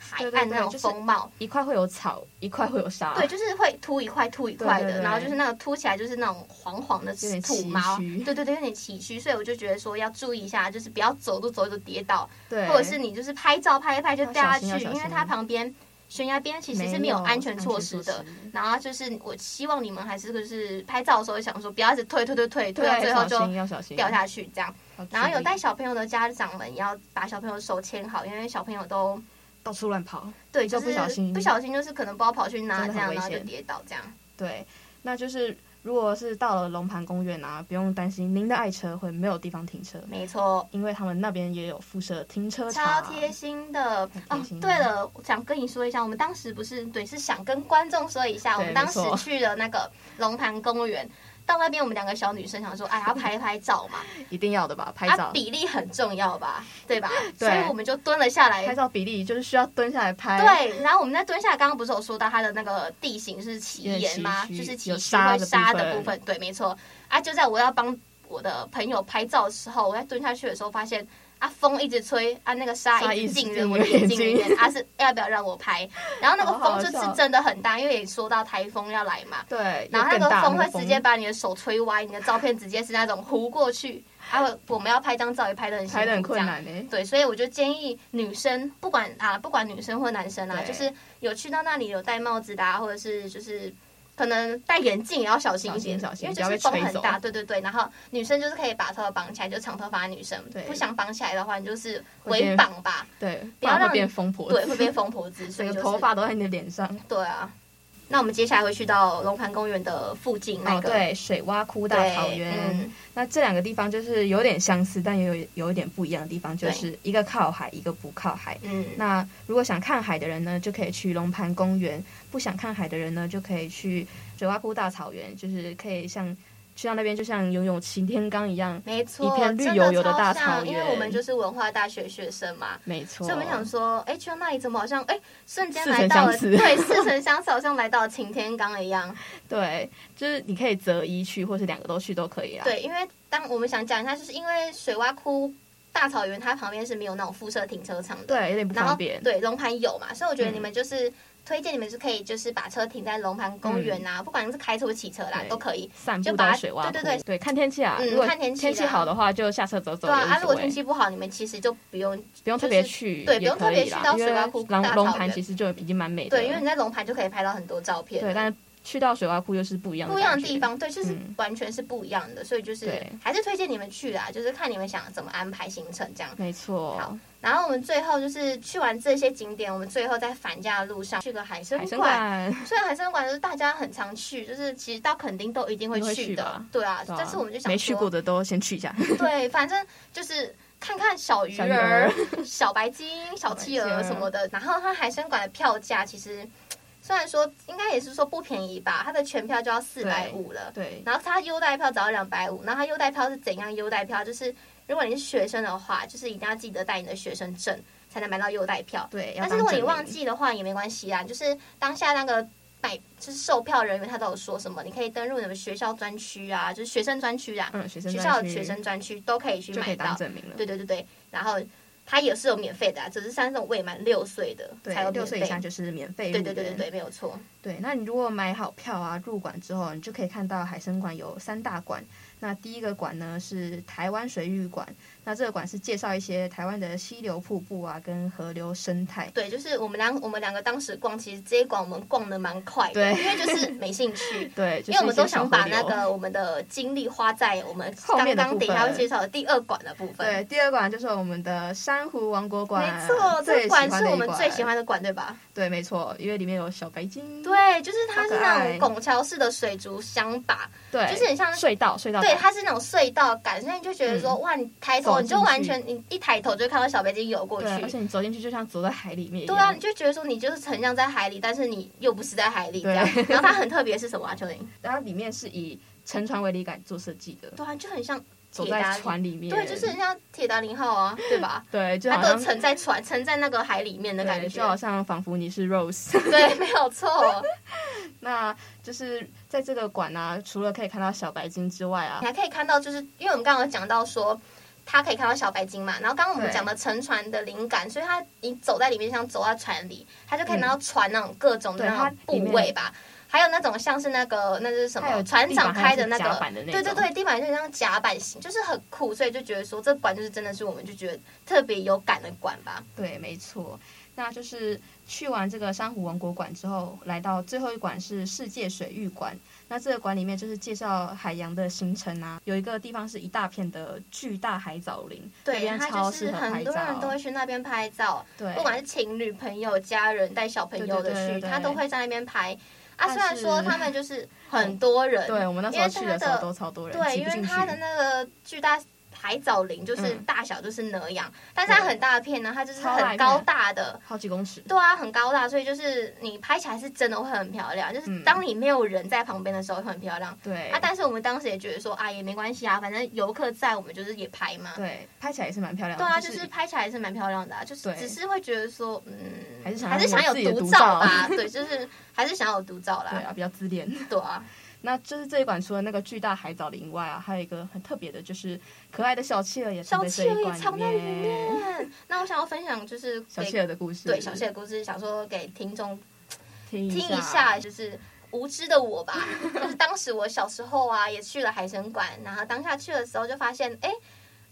Speaker 1: 海
Speaker 2: 对对
Speaker 1: 岸
Speaker 2: 对
Speaker 1: 那种
Speaker 2: 就是
Speaker 1: 风貌，
Speaker 2: 一块会有草，一块会有沙，
Speaker 1: 对，就是会凸一块凸一块的，
Speaker 2: 对对对
Speaker 1: 然后就是那种凸起来就是那种黄黄的
Speaker 2: 点
Speaker 1: 土毛
Speaker 2: 崎岖，
Speaker 1: 对对对，有点崎岖，所以我就觉得说要注意一下，就是不要走路走一走跌倒，
Speaker 2: 对，
Speaker 1: 或者是你就是拍照拍一拍就掉下去，
Speaker 2: 要小心要小
Speaker 1: 因
Speaker 2: 心
Speaker 1: 为它旁边悬崖边其实是没有安全措施的。然后就是我希望你们还是就是拍照的时候想说不要一直退退退退，退到
Speaker 2: 对，啊
Speaker 1: 啊最后
Speaker 2: 小
Speaker 1: 就
Speaker 2: 心要小心
Speaker 1: 掉，下去这样。
Speaker 2: 要
Speaker 1: 然后
Speaker 2: 注
Speaker 1: 有
Speaker 2: 意
Speaker 1: 带小朋友的家长们也要把小朋友手牵好，因为小朋友都
Speaker 2: 到处乱跑，
Speaker 1: 对，
Speaker 2: 就是不小心
Speaker 1: 不小心就是可能不知道跑去哪
Speaker 2: 真的很
Speaker 1: 这样，
Speaker 2: 危
Speaker 1: 然后就
Speaker 2: 险
Speaker 1: 跌倒这样。
Speaker 2: 对，那就是如果是到了龙盘公园啊，不用担心您的爱车会没有地方停车，
Speaker 1: 没错。
Speaker 2: 因为他们那边也有附设停车
Speaker 1: 超
Speaker 2: 场，
Speaker 1: 贴心的
Speaker 2: 很
Speaker 1: 哦
Speaker 2: 贴！心
Speaker 1: 对了，我想跟你说一下，我们当时不是对，是想跟观众说一下，我
Speaker 2: 对
Speaker 1: 们当时
Speaker 2: 没错
Speaker 1: 去了那个龙盘公园，到那边我们两个小女生想说，哎，要拍一拍照嘛，
Speaker 2: 一定要的吧？拍照、
Speaker 1: 啊，比例很重要吧，对吧？
Speaker 2: 对
Speaker 1: 所以我们就蹲了下来，
Speaker 2: 拍照比例就是需要蹲下来拍，，
Speaker 1: 哎对，然后我们在蹲下，刚刚不是有说到它的那个地形是奇岩吗？
Speaker 2: 有点崎岖
Speaker 1: 就是崎
Speaker 2: 有
Speaker 1: 岖
Speaker 2: 沙
Speaker 1: 会
Speaker 2: 的
Speaker 1: 沙
Speaker 2: 部
Speaker 1: 的
Speaker 2: 分
Speaker 1: 部分，对，没错。啊，就在我要帮我的朋友拍照的时候，我在蹲下去的时候发现。啊，风一直吹，啊，那个沙
Speaker 2: 沙
Speaker 1: 一直
Speaker 2: 一直
Speaker 1: 进
Speaker 2: 进
Speaker 1: 入我
Speaker 2: 入
Speaker 1: 的眼
Speaker 2: 眼
Speaker 1: 睛里
Speaker 2: 睛
Speaker 1: 面，啊，是要不要让我拍？然后那个
Speaker 2: 好好
Speaker 1: 风就是
Speaker 2: 笑
Speaker 1: 真的很大，因为也说到台风要来嘛，
Speaker 2: 对，
Speaker 1: 然后那
Speaker 2: 有更
Speaker 1: 个
Speaker 2: 大
Speaker 1: 风
Speaker 2: 的
Speaker 1: 会直接把你的手吹歪，你的照片直接是那种糊过去，啊，我们要拍张照也拍得很辛苦，
Speaker 2: 拍的很
Speaker 1: 这
Speaker 2: 困
Speaker 1: 样
Speaker 2: 难欸呢。
Speaker 1: 对，所以我就建议女生，不管啊，不管女生或男生啊，
Speaker 2: 对
Speaker 1: 就是有去到那里有戴帽子的、啊，或者是就是可能戴眼镜也要小心一点，
Speaker 2: 小
Speaker 1: 因
Speaker 2: 心小心
Speaker 1: 为
Speaker 2: 不
Speaker 1: 就
Speaker 2: 要
Speaker 1: 是
Speaker 2: 被
Speaker 1: 风
Speaker 2: 吹
Speaker 1: 很
Speaker 2: 走
Speaker 1: 大，对对对。然后女生就是可以把头发绑起来，就长头发的女生
Speaker 2: 对，
Speaker 1: 不想绑起来的话，你就是
Speaker 2: 会
Speaker 1: 围
Speaker 2: 变
Speaker 1: 绑吧，
Speaker 2: 对，
Speaker 1: 不
Speaker 2: 不
Speaker 1: 要
Speaker 2: 然
Speaker 1: 让
Speaker 2: 会变疯婆
Speaker 1: 对，
Speaker 2: 子，
Speaker 1: 会变疯婆 子，所
Speaker 2: 整
Speaker 1: 以
Speaker 2: 个
Speaker 1: 就是
Speaker 2: 头发都在你的脸上。
Speaker 1: 对啊。那我们接下来会去到龙盘公园的附近那
Speaker 2: 哦，
Speaker 1: 个、
Speaker 2: 对，水洼窟大
Speaker 1: 对
Speaker 2: 草原，
Speaker 1: 嗯，
Speaker 2: 那这两个地方就是有点相似，但也有有一点不一样的地方，就
Speaker 1: 对
Speaker 2: 是一个靠海，一个不靠海。
Speaker 1: 嗯
Speaker 2: 那如果想看海的人呢，就可以去龙盘公园；不想看海的人呢，就可以去水洼窟大草原，就是可以像去到那边，就像拥有擎天岗一样。
Speaker 1: 没错，
Speaker 2: 一片绿
Speaker 1: 真
Speaker 2: 油油的
Speaker 1: 超
Speaker 2: 大
Speaker 1: 像
Speaker 2: 草
Speaker 1: 因为我们
Speaker 2: 原
Speaker 1: 就是文化大学学生嘛，
Speaker 2: 没错，
Speaker 1: 所以我们想说，哎、去到那里怎么好像，哎、瞬间
Speaker 2: 似
Speaker 1: 来
Speaker 2: 曾
Speaker 1: 到了，
Speaker 2: 相 识
Speaker 1: 对，似曾相识，好像来到了擎天岗一样。
Speaker 2: 对，就是你可以择一去，或是两个都去都可以啦。啊
Speaker 1: 对，因为当我们想讲一下，就是因为水洼窟大草原，它旁边是没有那种附设停车场的，
Speaker 2: 对，有点不
Speaker 1: 然后
Speaker 2: 方便。
Speaker 1: 对龙盘有嘛，所以我觉得
Speaker 2: 嗯
Speaker 1: 你们就是。推荐你们是可以，就是把车停在龙盘公园啊，不管是开车或骑车啦，
Speaker 2: 嗯对
Speaker 1: 都可以。
Speaker 2: 散
Speaker 1: 就
Speaker 2: 步
Speaker 1: 把
Speaker 2: 到
Speaker 1: 它
Speaker 2: 水洼窟，
Speaker 1: 对对对
Speaker 2: 看天气啊。
Speaker 1: 嗯
Speaker 2: 如果
Speaker 1: 看天气啦
Speaker 2: 好的话，就下车走走
Speaker 1: 对
Speaker 2: 也无
Speaker 1: 啊，
Speaker 2: 所谓。
Speaker 1: 啊，如果天气不好，你们其实就不用
Speaker 2: 不用特
Speaker 1: 就
Speaker 2: 别
Speaker 1: 是
Speaker 2: 去，
Speaker 1: 对
Speaker 2: 也
Speaker 1: 不用
Speaker 2: 可
Speaker 1: 特别
Speaker 2: 以
Speaker 1: 去
Speaker 2: 啦
Speaker 1: 到
Speaker 2: 因
Speaker 1: 水
Speaker 2: 为
Speaker 1: 洼窟
Speaker 2: 龙
Speaker 1: 大
Speaker 2: 龙
Speaker 1: 草
Speaker 2: 盘
Speaker 1: 原
Speaker 2: 其实就已经蛮美的，
Speaker 1: 对，因为你在龙盘就可以拍到很多照片。
Speaker 2: 对，但是去到水蛙窟又是不一样的
Speaker 1: 不一样
Speaker 2: 感
Speaker 1: 的
Speaker 2: 觉
Speaker 1: 地。方，对，就是
Speaker 2: 嗯
Speaker 1: 完全是不一样的，所以就是
Speaker 2: 对
Speaker 1: 还是推荐你们去啦，就是看你们想怎么安排行程这样。
Speaker 2: 没错，
Speaker 1: 好然后我们最后就是去完这些景点，我们最后在返家的路上去个海参
Speaker 2: 海参
Speaker 1: 馆。
Speaker 2: 馆，
Speaker 1: 虽然海参馆就是大家很常去，就是其实到垦丁都一定会
Speaker 2: 一定会
Speaker 1: 去
Speaker 2: 去
Speaker 1: 的，
Speaker 2: 吧
Speaker 1: 对啊。
Speaker 2: 对啊
Speaker 1: 但是我们就想
Speaker 2: 没去
Speaker 1: 说
Speaker 2: 过的都先去 一下。
Speaker 1: 对，反正就是看看小鱼
Speaker 2: 小鱼
Speaker 1: 儿
Speaker 2: 儿、
Speaker 1: 小白 鲸、小企
Speaker 2: 小白
Speaker 1: 鹅
Speaker 2: 鲸
Speaker 1: 什么的。然后它海参馆的票价其实虽然说应该也是说不便宜吧，它的全票就要四百五了。
Speaker 2: 对，
Speaker 1: 然后它优待票只要两百五，然后它优待票是怎样优待票？就是如果你是学生的话，就是一定要记得带你的学生证才能买到优待票。
Speaker 2: 对，要
Speaker 1: 但是
Speaker 2: 当
Speaker 1: 如果你
Speaker 2: 证
Speaker 1: 忘
Speaker 2: 明
Speaker 1: 记的话也没关系啦，就是当下那个买就是售票人员他都有说什么，你可以登录你们学校专区啊，就是学生专区啊，
Speaker 2: 嗯，学生
Speaker 1: 学
Speaker 2: 专
Speaker 1: 校的
Speaker 2: 区
Speaker 1: 学生专区都可以去
Speaker 2: 就可
Speaker 1: 买
Speaker 2: 以当
Speaker 1: 到。
Speaker 2: 证明了。
Speaker 1: 对对对对，然后它也是有免费的、啊，只是像这种未满六岁的才有
Speaker 2: 对，六岁以
Speaker 1: 免费
Speaker 2: 下就是免费入
Speaker 1: 对
Speaker 2: 园。
Speaker 1: 对对对对，没有错。
Speaker 2: 对，那你如果买好票啊，入馆之后，你就可以看到海参馆有三大馆。那第一个馆呢是台湾水域馆，那这个馆是介绍一些台湾的溪流、瀑布啊跟河流生态。
Speaker 1: 对，就是我们两我们两个当时逛，其实这一馆我们逛的蛮快的，
Speaker 2: 对。
Speaker 1: 因为就是没兴趣
Speaker 2: 对， 就
Speaker 1: 因
Speaker 2: 是
Speaker 1: 为我们
Speaker 2: 一些
Speaker 1: 都
Speaker 2: 小
Speaker 1: 想
Speaker 2: 河
Speaker 1: 把那
Speaker 2: 流
Speaker 1: 个我们的精力花在我们
Speaker 2: 后
Speaker 1: 刚
Speaker 2: 面的
Speaker 1: 刚
Speaker 2: 部
Speaker 1: 等一下会
Speaker 2: 分
Speaker 1: 介绍的第二馆的部分。
Speaker 2: 对，第二馆就是我们的珊瑚王国馆，
Speaker 1: 没错，
Speaker 2: 最
Speaker 1: 这
Speaker 2: 喜
Speaker 1: 馆
Speaker 2: 欢
Speaker 1: 是
Speaker 2: 的
Speaker 1: 我
Speaker 2: 一
Speaker 1: 们
Speaker 2: 馆
Speaker 1: 最喜。欢的馆，对吧？
Speaker 2: 对，没错，因为里面有小白鲸。
Speaker 1: 对，啊就是它
Speaker 2: 好
Speaker 1: 是
Speaker 2: 可
Speaker 1: 那种
Speaker 2: 爱
Speaker 1: 拱桥式的水族箱吧，
Speaker 2: 对，
Speaker 1: 就是很像
Speaker 2: 隧道，隧道
Speaker 1: 对，
Speaker 2: 感
Speaker 1: 它是那种隧道感，所以你就觉得说，
Speaker 2: 嗯
Speaker 1: 哇，你抬头
Speaker 2: 走
Speaker 1: 你就
Speaker 2: 进
Speaker 1: 完
Speaker 2: 去
Speaker 1: 全，你一抬头就看到小北京游过去
Speaker 2: 对，，而且你走进去就像走在海里面一
Speaker 1: 对啊，
Speaker 2: 样
Speaker 1: 你。就觉得说你就是很像在海里，但是你又不是在海里这
Speaker 2: 对
Speaker 1: 样。 然后它很特别是什么啊？秋玲？
Speaker 2: 然后里面是以沉船为灵感做设计的，
Speaker 1: 对啊，就很像
Speaker 2: 走
Speaker 1: 铁达
Speaker 2: 在
Speaker 1: 尼
Speaker 2: 船里面，
Speaker 1: 对，就是很像铁达尼号啊，对吧？
Speaker 2: 对，就
Speaker 1: 它
Speaker 2: 好
Speaker 1: 都
Speaker 2: 像
Speaker 1: 沉在船，沉在那个海里面的感
Speaker 2: 对，就好
Speaker 1: 觉。
Speaker 2: 像仿佛你是 Rose。
Speaker 1: 对，没有错。
Speaker 2: 那就是在这个馆啊，除了可以看到小白鲸之外啊
Speaker 1: 你，还可以看到，就是因为我们刚刚有讲到说，它可以看到小白鲸嘛，然后刚刚我们
Speaker 2: 对
Speaker 1: 讲的沉船的灵感，所以它你走在里面像走到船里，它就可以拿到船那种各种的
Speaker 2: 嗯对
Speaker 1: 那种
Speaker 2: 它里
Speaker 1: 部
Speaker 2: 面
Speaker 1: 位吧。还有那种像是那个那是什
Speaker 2: 它
Speaker 1: 么
Speaker 2: 有
Speaker 1: 船长
Speaker 2: 地板还
Speaker 1: 开
Speaker 2: 是
Speaker 1: 的那个
Speaker 2: 甲板的那
Speaker 1: 对对
Speaker 2: 种
Speaker 1: 对，地板就像甲板型，就是很酷，所以就觉得说这馆就是真的是我们就觉得特别有感的馆吧。
Speaker 2: 对，没错。那就是去完这个珊瑚王国馆之后，来到最后一馆是世界水域馆。那这个馆里面就是介绍海洋的形成啊，有一个地方是一大片的巨大海藻林，那
Speaker 1: 对，
Speaker 2: 边
Speaker 1: 它
Speaker 2: 超
Speaker 1: 就
Speaker 2: 适
Speaker 1: 是
Speaker 2: 合
Speaker 1: 很
Speaker 2: 拍照
Speaker 1: 多。人都会去那边拍照，
Speaker 2: 对，
Speaker 1: 不管是情侣、朋友、家人带小朋友的
Speaker 2: 对对对
Speaker 1: 去，
Speaker 2: 对
Speaker 1: 他都会在那边拍。啊，
Speaker 2: 但
Speaker 1: 虽然说
Speaker 2: 是
Speaker 1: 他们就是很多人，
Speaker 2: 对我们那时
Speaker 1: 因
Speaker 2: 候
Speaker 1: 为
Speaker 2: 去
Speaker 1: 它
Speaker 2: 的时候
Speaker 1: 的
Speaker 2: 都超多人，
Speaker 1: 对，
Speaker 2: 挤
Speaker 1: 因
Speaker 2: 不
Speaker 1: 为
Speaker 2: 进
Speaker 1: 它
Speaker 2: 去
Speaker 1: 的那个巨大海藻林就是
Speaker 2: 嗯
Speaker 1: 大小就是那样，但是它
Speaker 2: 对
Speaker 1: 很大片呢，它就是
Speaker 2: 超大
Speaker 1: 很
Speaker 2: 一片
Speaker 1: 高大的。
Speaker 2: 好几公尺。
Speaker 1: 对啊，很高大，所以就是你拍起来是真的会很漂亮。就是
Speaker 2: 嗯
Speaker 1: 当你没有人在旁边的时候会很漂亮、
Speaker 2: 对
Speaker 1: 啊。但是我们当时也觉得说啊，也没关系啊，反正游客在，我们就是也拍嘛。
Speaker 2: 对，拍起来也是蛮漂亮的。
Speaker 1: 对啊，
Speaker 2: 就
Speaker 1: 就是拍起来是蛮漂亮的、啊，就是
Speaker 2: 对
Speaker 1: 只是会觉得说，嗯，
Speaker 2: 还是想要
Speaker 1: 还是想
Speaker 2: 有自己
Speaker 1: 有
Speaker 2: 的
Speaker 1: 独
Speaker 2: 独
Speaker 1: 照
Speaker 2: 照
Speaker 1: 吧，对，就是还是想有独照
Speaker 2: 对
Speaker 1: 啦，
Speaker 2: 啊，比较自恋。
Speaker 1: 对啊，
Speaker 2: 那就是这一馆除了那个巨大海藻林以外啊，还有一个很特别的，就是可爱的小企鹅也藏
Speaker 1: 小
Speaker 2: 在
Speaker 1: 企
Speaker 2: 这
Speaker 1: 鹅
Speaker 2: 一
Speaker 1: 也
Speaker 2: 馆
Speaker 1: 藏在里
Speaker 2: 面。
Speaker 1: 面。那我想要分享就是
Speaker 2: 小
Speaker 1: 给
Speaker 2: 企鹅的故事，
Speaker 1: 对小谢的故事，想说给听众
Speaker 2: 听
Speaker 1: 听一
Speaker 2: 一
Speaker 1: 下，，就是无知的我 吧。就是当时我小时候啊，也去了海参馆，然后当下去的时候就发现，哎、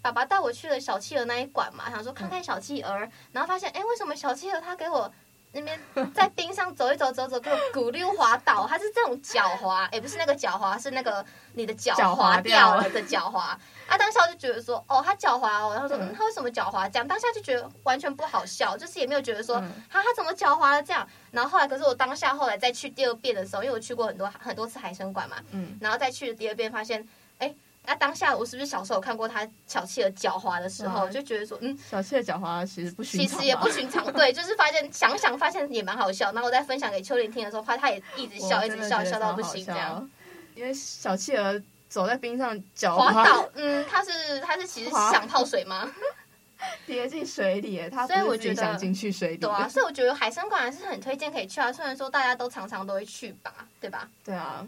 Speaker 1: 爸爸带我去了小企鹅那一馆嘛，
Speaker 2: 嗯
Speaker 1: 想说看看小企鹅，然后发现，哎、为什么小企鹅它给我那边在冰上走一走走走，给我骨溜滑倒，它是这种脚滑， 哎、不是那个脚滑，是那个你的脚
Speaker 2: 脚滑
Speaker 1: 滑掉
Speaker 2: 掉
Speaker 1: 了
Speaker 2: 了
Speaker 1: 的脚滑。啊，当下我就觉得说，哦，他脚滑哦，然后说，嗯，他为什么脚滑？这样当下就觉得完全不好笑，就是也没有觉得说，
Speaker 2: 嗯
Speaker 1: 哈，他怎么脚滑了这样？然后后来，可是我当下后来再去第二遍的时候，因为我去过很多很多次海参馆嘛，
Speaker 2: 嗯，
Speaker 1: 然后再去第二遍发现，哎，那、当下我是不是小时候有看过他小企鹅脚滑的时候，
Speaker 2: 嗯
Speaker 1: 就觉得说，嗯，
Speaker 2: 小企鹅狡猾其实不寻
Speaker 1: 其
Speaker 2: 常吧，啊
Speaker 1: 实也 不寻常，对，就是发现想想发现也蛮好笑。然后我在分享给秋玲听的时候，发现她也一直笑，
Speaker 2: 我
Speaker 1: 一
Speaker 2: 真
Speaker 1: 直
Speaker 2: 的
Speaker 1: 笑，
Speaker 2: 觉得
Speaker 1: 笑到
Speaker 2: 超
Speaker 1: 不
Speaker 2: 好
Speaker 1: 行这
Speaker 2: 笑
Speaker 1: 样。，
Speaker 2: 因为小企鹅走在冰上脚
Speaker 1: 滑倒，嗯，他是他是其实
Speaker 2: 滑
Speaker 1: 想泡水吗？
Speaker 2: 跌进水里耶，它
Speaker 1: 所以
Speaker 2: 不是
Speaker 1: 我
Speaker 2: 自己
Speaker 1: 觉得
Speaker 2: 想进去水里
Speaker 1: 对啊，
Speaker 2: 的，
Speaker 1: 所以我觉得海参馆还是很推荐可以去啊，虽然说大家都常常都会去吧，对吧？
Speaker 2: 对啊，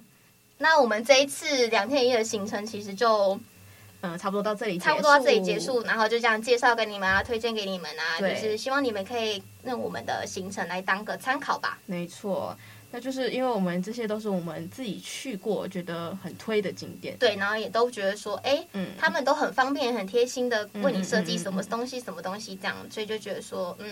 Speaker 1: 那我们这一次两天一夜的行程其实就
Speaker 2: 嗯，差不多到这里，
Speaker 1: 差不多到这里结束，，然后就这样介绍给你们啊，推荐给你们啊，就
Speaker 2: 对
Speaker 1: 是希望你们可以用我们的行程来当个参考吧。
Speaker 2: 没错。那就是因为我们这些都是我们自己去过，觉得很推的景点。
Speaker 1: 对，然后也都觉得说，哎、
Speaker 2: 嗯，
Speaker 1: 他们都很方便、很贴心的为你设计
Speaker 2: 嗯嗯嗯
Speaker 1: 什么东西、什么东西这样，所以就觉得说，嗯，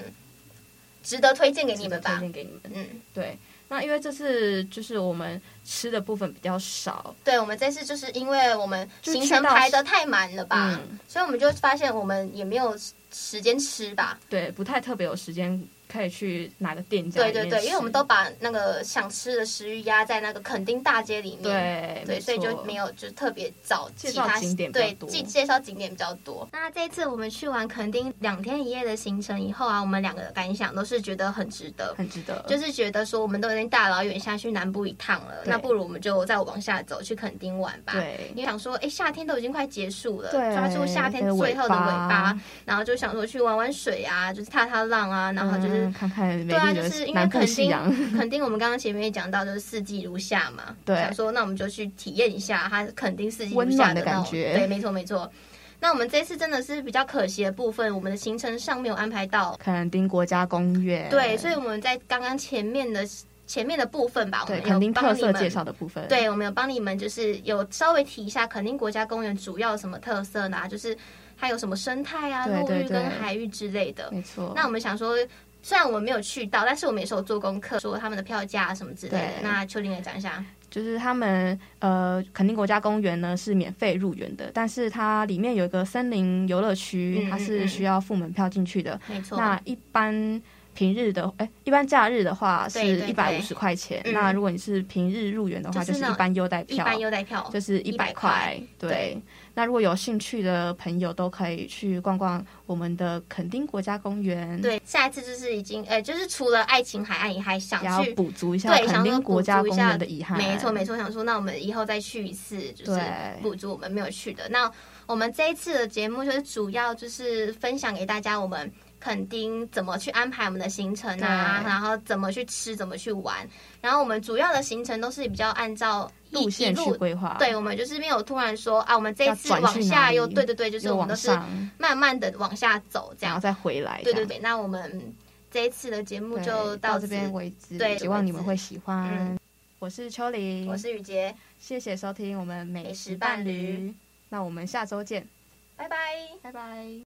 Speaker 1: 值得推荐给你
Speaker 2: 值
Speaker 1: 们
Speaker 2: 得推
Speaker 1: 吧。
Speaker 2: 荐给你们。
Speaker 1: 嗯，
Speaker 2: 对，那因为这次就是我们吃的部分比较少，
Speaker 1: 对，我们这次就是因为我们
Speaker 2: 就
Speaker 1: 行
Speaker 2: 去
Speaker 1: 程
Speaker 2: 到
Speaker 1: 排的太满了吧，
Speaker 2: 嗯
Speaker 1: 所以我们就发现我们也没有时间吃吧。
Speaker 2: 对，不太特别有时间可以去哪个店家
Speaker 1: 对
Speaker 2: 里面
Speaker 1: 对
Speaker 2: 吃。
Speaker 1: 对，因为我们都把那个想吃的食欲压在那个垦丁大街里面。
Speaker 2: 对
Speaker 1: 对，所以就没
Speaker 2: 有。
Speaker 1: 有就特别找
Speaker 2: 介
Speaker 1: 其
Speaker 2: 绍
Speaker 1: 他
Speaker 2: 景点比较
Speaker 1: 对
Speaker 2: 多
Speaker 1: 介介绍景点比较多。那这一次我们去完垦丁两天一夜的行程以后啊，我们两个的感想都是觉得很值得。
Speaker 2: 很值得，
Speaker 1: 就是觉得说，我们都已经大老远下去南部一趟了，
Speaker 2: 对
Speaker 1: 那不如我们就再往下走去垦丁玩吧。
Speaker 2: 对
Speaker 1: 因为想说，哎，夏天都已经快结束了，
Speaker 2: 对
Speaker 1: 抓住夏天
Speaker 2: 那个
Speaker 1: 最后的尾
Speaker 2: 尾巴
Speaker 1: 巴，然后就想说去玩玩水啊，就是踏踏浪啊，然后就是、
Speaker 2: 嗯看看美
Speaker 1: 对啊，
Speaker 2: 丽
Speaker 1: 就
Speaker 2: 的
Speaker 1: 是因为
Speaker 2: 南
Speaker 1: 肯
Speaker 2: 部夕
Speaker 1: 定
Speaker 2: 阳，
Speaker 1: 肯定我们刚刚前面也讲到，就是四季如夏嘛，
Speaker 2: 对
Speaker 1: 想说那我们就去体验一下它肯定四季如
Speaker 2: 温
Speaker 1: 夏
Speaker 2: 暖的
Speaker 1: 那种
Speaker 2: 感觉
Speaker 1: 对，没错没错。那我们这次真的是比较可惜的部分，我们的行程上没有安排到，
Speaker 2: 垦丁国家公园，
Speaker 1: 对，所以我们在刚刚前面的前面的部分吧，我
Speaker 2: 对
Speaker 1: 们
Speaker 2: 垦
Speaker 1: 有
Speaker 2: 丁
Speaker 1: 帮
Speaker 2: 特
Speaker 1: 你
Speaker 2: 色
Speaker 1: 们
Speaker 2: 介绍的部分，
Speaker 1: 对，我们有帮你们就是有稍微提一下垦丁国家公园主要有什么特色呢？就是它有什么生态啊、
Speaker 2: 对
Speaker 1: 陆
Speaker 2: 对
Speaker 1: 域跟
Speaker 2: 对
Speaker 1: 海域之类的。
Speaker 2: 没错。
Speaker 1: 那我们想说，虽然我们没有去到，但是我们也是有做功课，说他们的票价啊什么之类的
Speaker 2: 对。
Speaker 1: 那秋玲也讲一下，
Speaker 2: 就是他们呃，垦丁国家公园呢是免费入园的，但是它里面有一个森林游乐区，
Speaker 1: 嗯
Speaker 2: 它
Speaker 1: 嗯
Speaker 2: 是
Speaker 1: 嗯
Speaker 2: 需要付门票进去的。
Speaker 1: 没错，
Speaker 2: 那一般平日的，哎、一般假日的话是
Speaker 1: 对对
Speaker 2: 一百五十块钱。
Speaker 1: 嗯
Speaker 2: 那如果你是平日入园的话，
Speaker 1: 就
Speaker 2: 就是是
Speaker 1: 那种
Speaker 2: 一般优待
Speaker 1: 一
Speaker 2: 票，
Speaker 1: 般优待票
Speaker 2: 就是一
Speaker 1: 100
Speaker 2: 百
Speaker 1: 块
Speaker 2: 块。对，那如果有兴趣的朋友都可以去逛逛我们的垦丁国家公园，，
Speaker 1: 对，下一次就是已经，呃，就是除了爱琴海岸，也还想
Speaker 2: 也要
Speaker 1: 去。
Speaker 2: 补足一下
Speaker 1: 对，
Speaker 2: 垦
Speaker 1: 想说
Speaker 2: 丁
Speaker 1: 补
Speaker 2: 国家
Speaker 1: 足一
Speaker 2: 公
Speaker 1: 下
Speaker 2: 园的遗憾。
Speaker 1: 没错没错，想说那我们以后再去一次，就是
Speaker 2: 对
Speaker 1: 补足我们没有去的。那我们这一次的节目就是主要就是分享给大家我们。垦丁怎么去安排我们的行程啊？
Speaker 2: 对
Speaker 1: 然后怎么去吃，怎么去玩？然后我们主要的行程都是比较按照一
Speaker 2: 路线
Speaker 1: 一
Speaker 2: 去
Speaker 1: 路
Speaker 2: 规划，
Speaker 1: 对，，我们就是没有突然说啊，我们这一
Speaker 2: 啊要
Speaker 1: 次
Speaker 2: 转去
Speaker 1: 往下
Speaker 2: 哪里
Speaker 1: 又对对对，就是
Speaker 2: 又
Speaker 1: 我们
Speaker 2: 往
Speaker 1: 都是
Speaker 2: 上，
Speaker 1: 慢慢的往下走这
Speaker 2: 然后
Speaker 1: 样。
Speaker 2: 再回来这
Speaker 1: 对
Speaker 2: 样。
Speaker 1: 对对，那我们这一次的节目
Speaker 2: 对
Speaker 1: 就
Speaker 2: 到
Speaker 1: 此
Speaker 2: 这边。为止，
Speaker 1: 对
Speaker 2: 希望你
Speaker 1: 为
Speaker 2: 们
Speaker 1: 止
Speaker 2: 会喜欢。
Speaker 1: 嗯
Speaker 2: 我是秋玲，
Speaker 1: 我是雨杰，
Speaker 2: 谢谢收听我们
Speaker 1: 美
Speaker 2: 美
Speaker 1: 食
Speaker 2: 食
Speaker 1: 伴
Speaker 2: 伴
Speaker 1: 侣
Speaker 2: 侣，那我们下周见，
Speaker 1: 拜拜。
Speaker 2: 拜拜。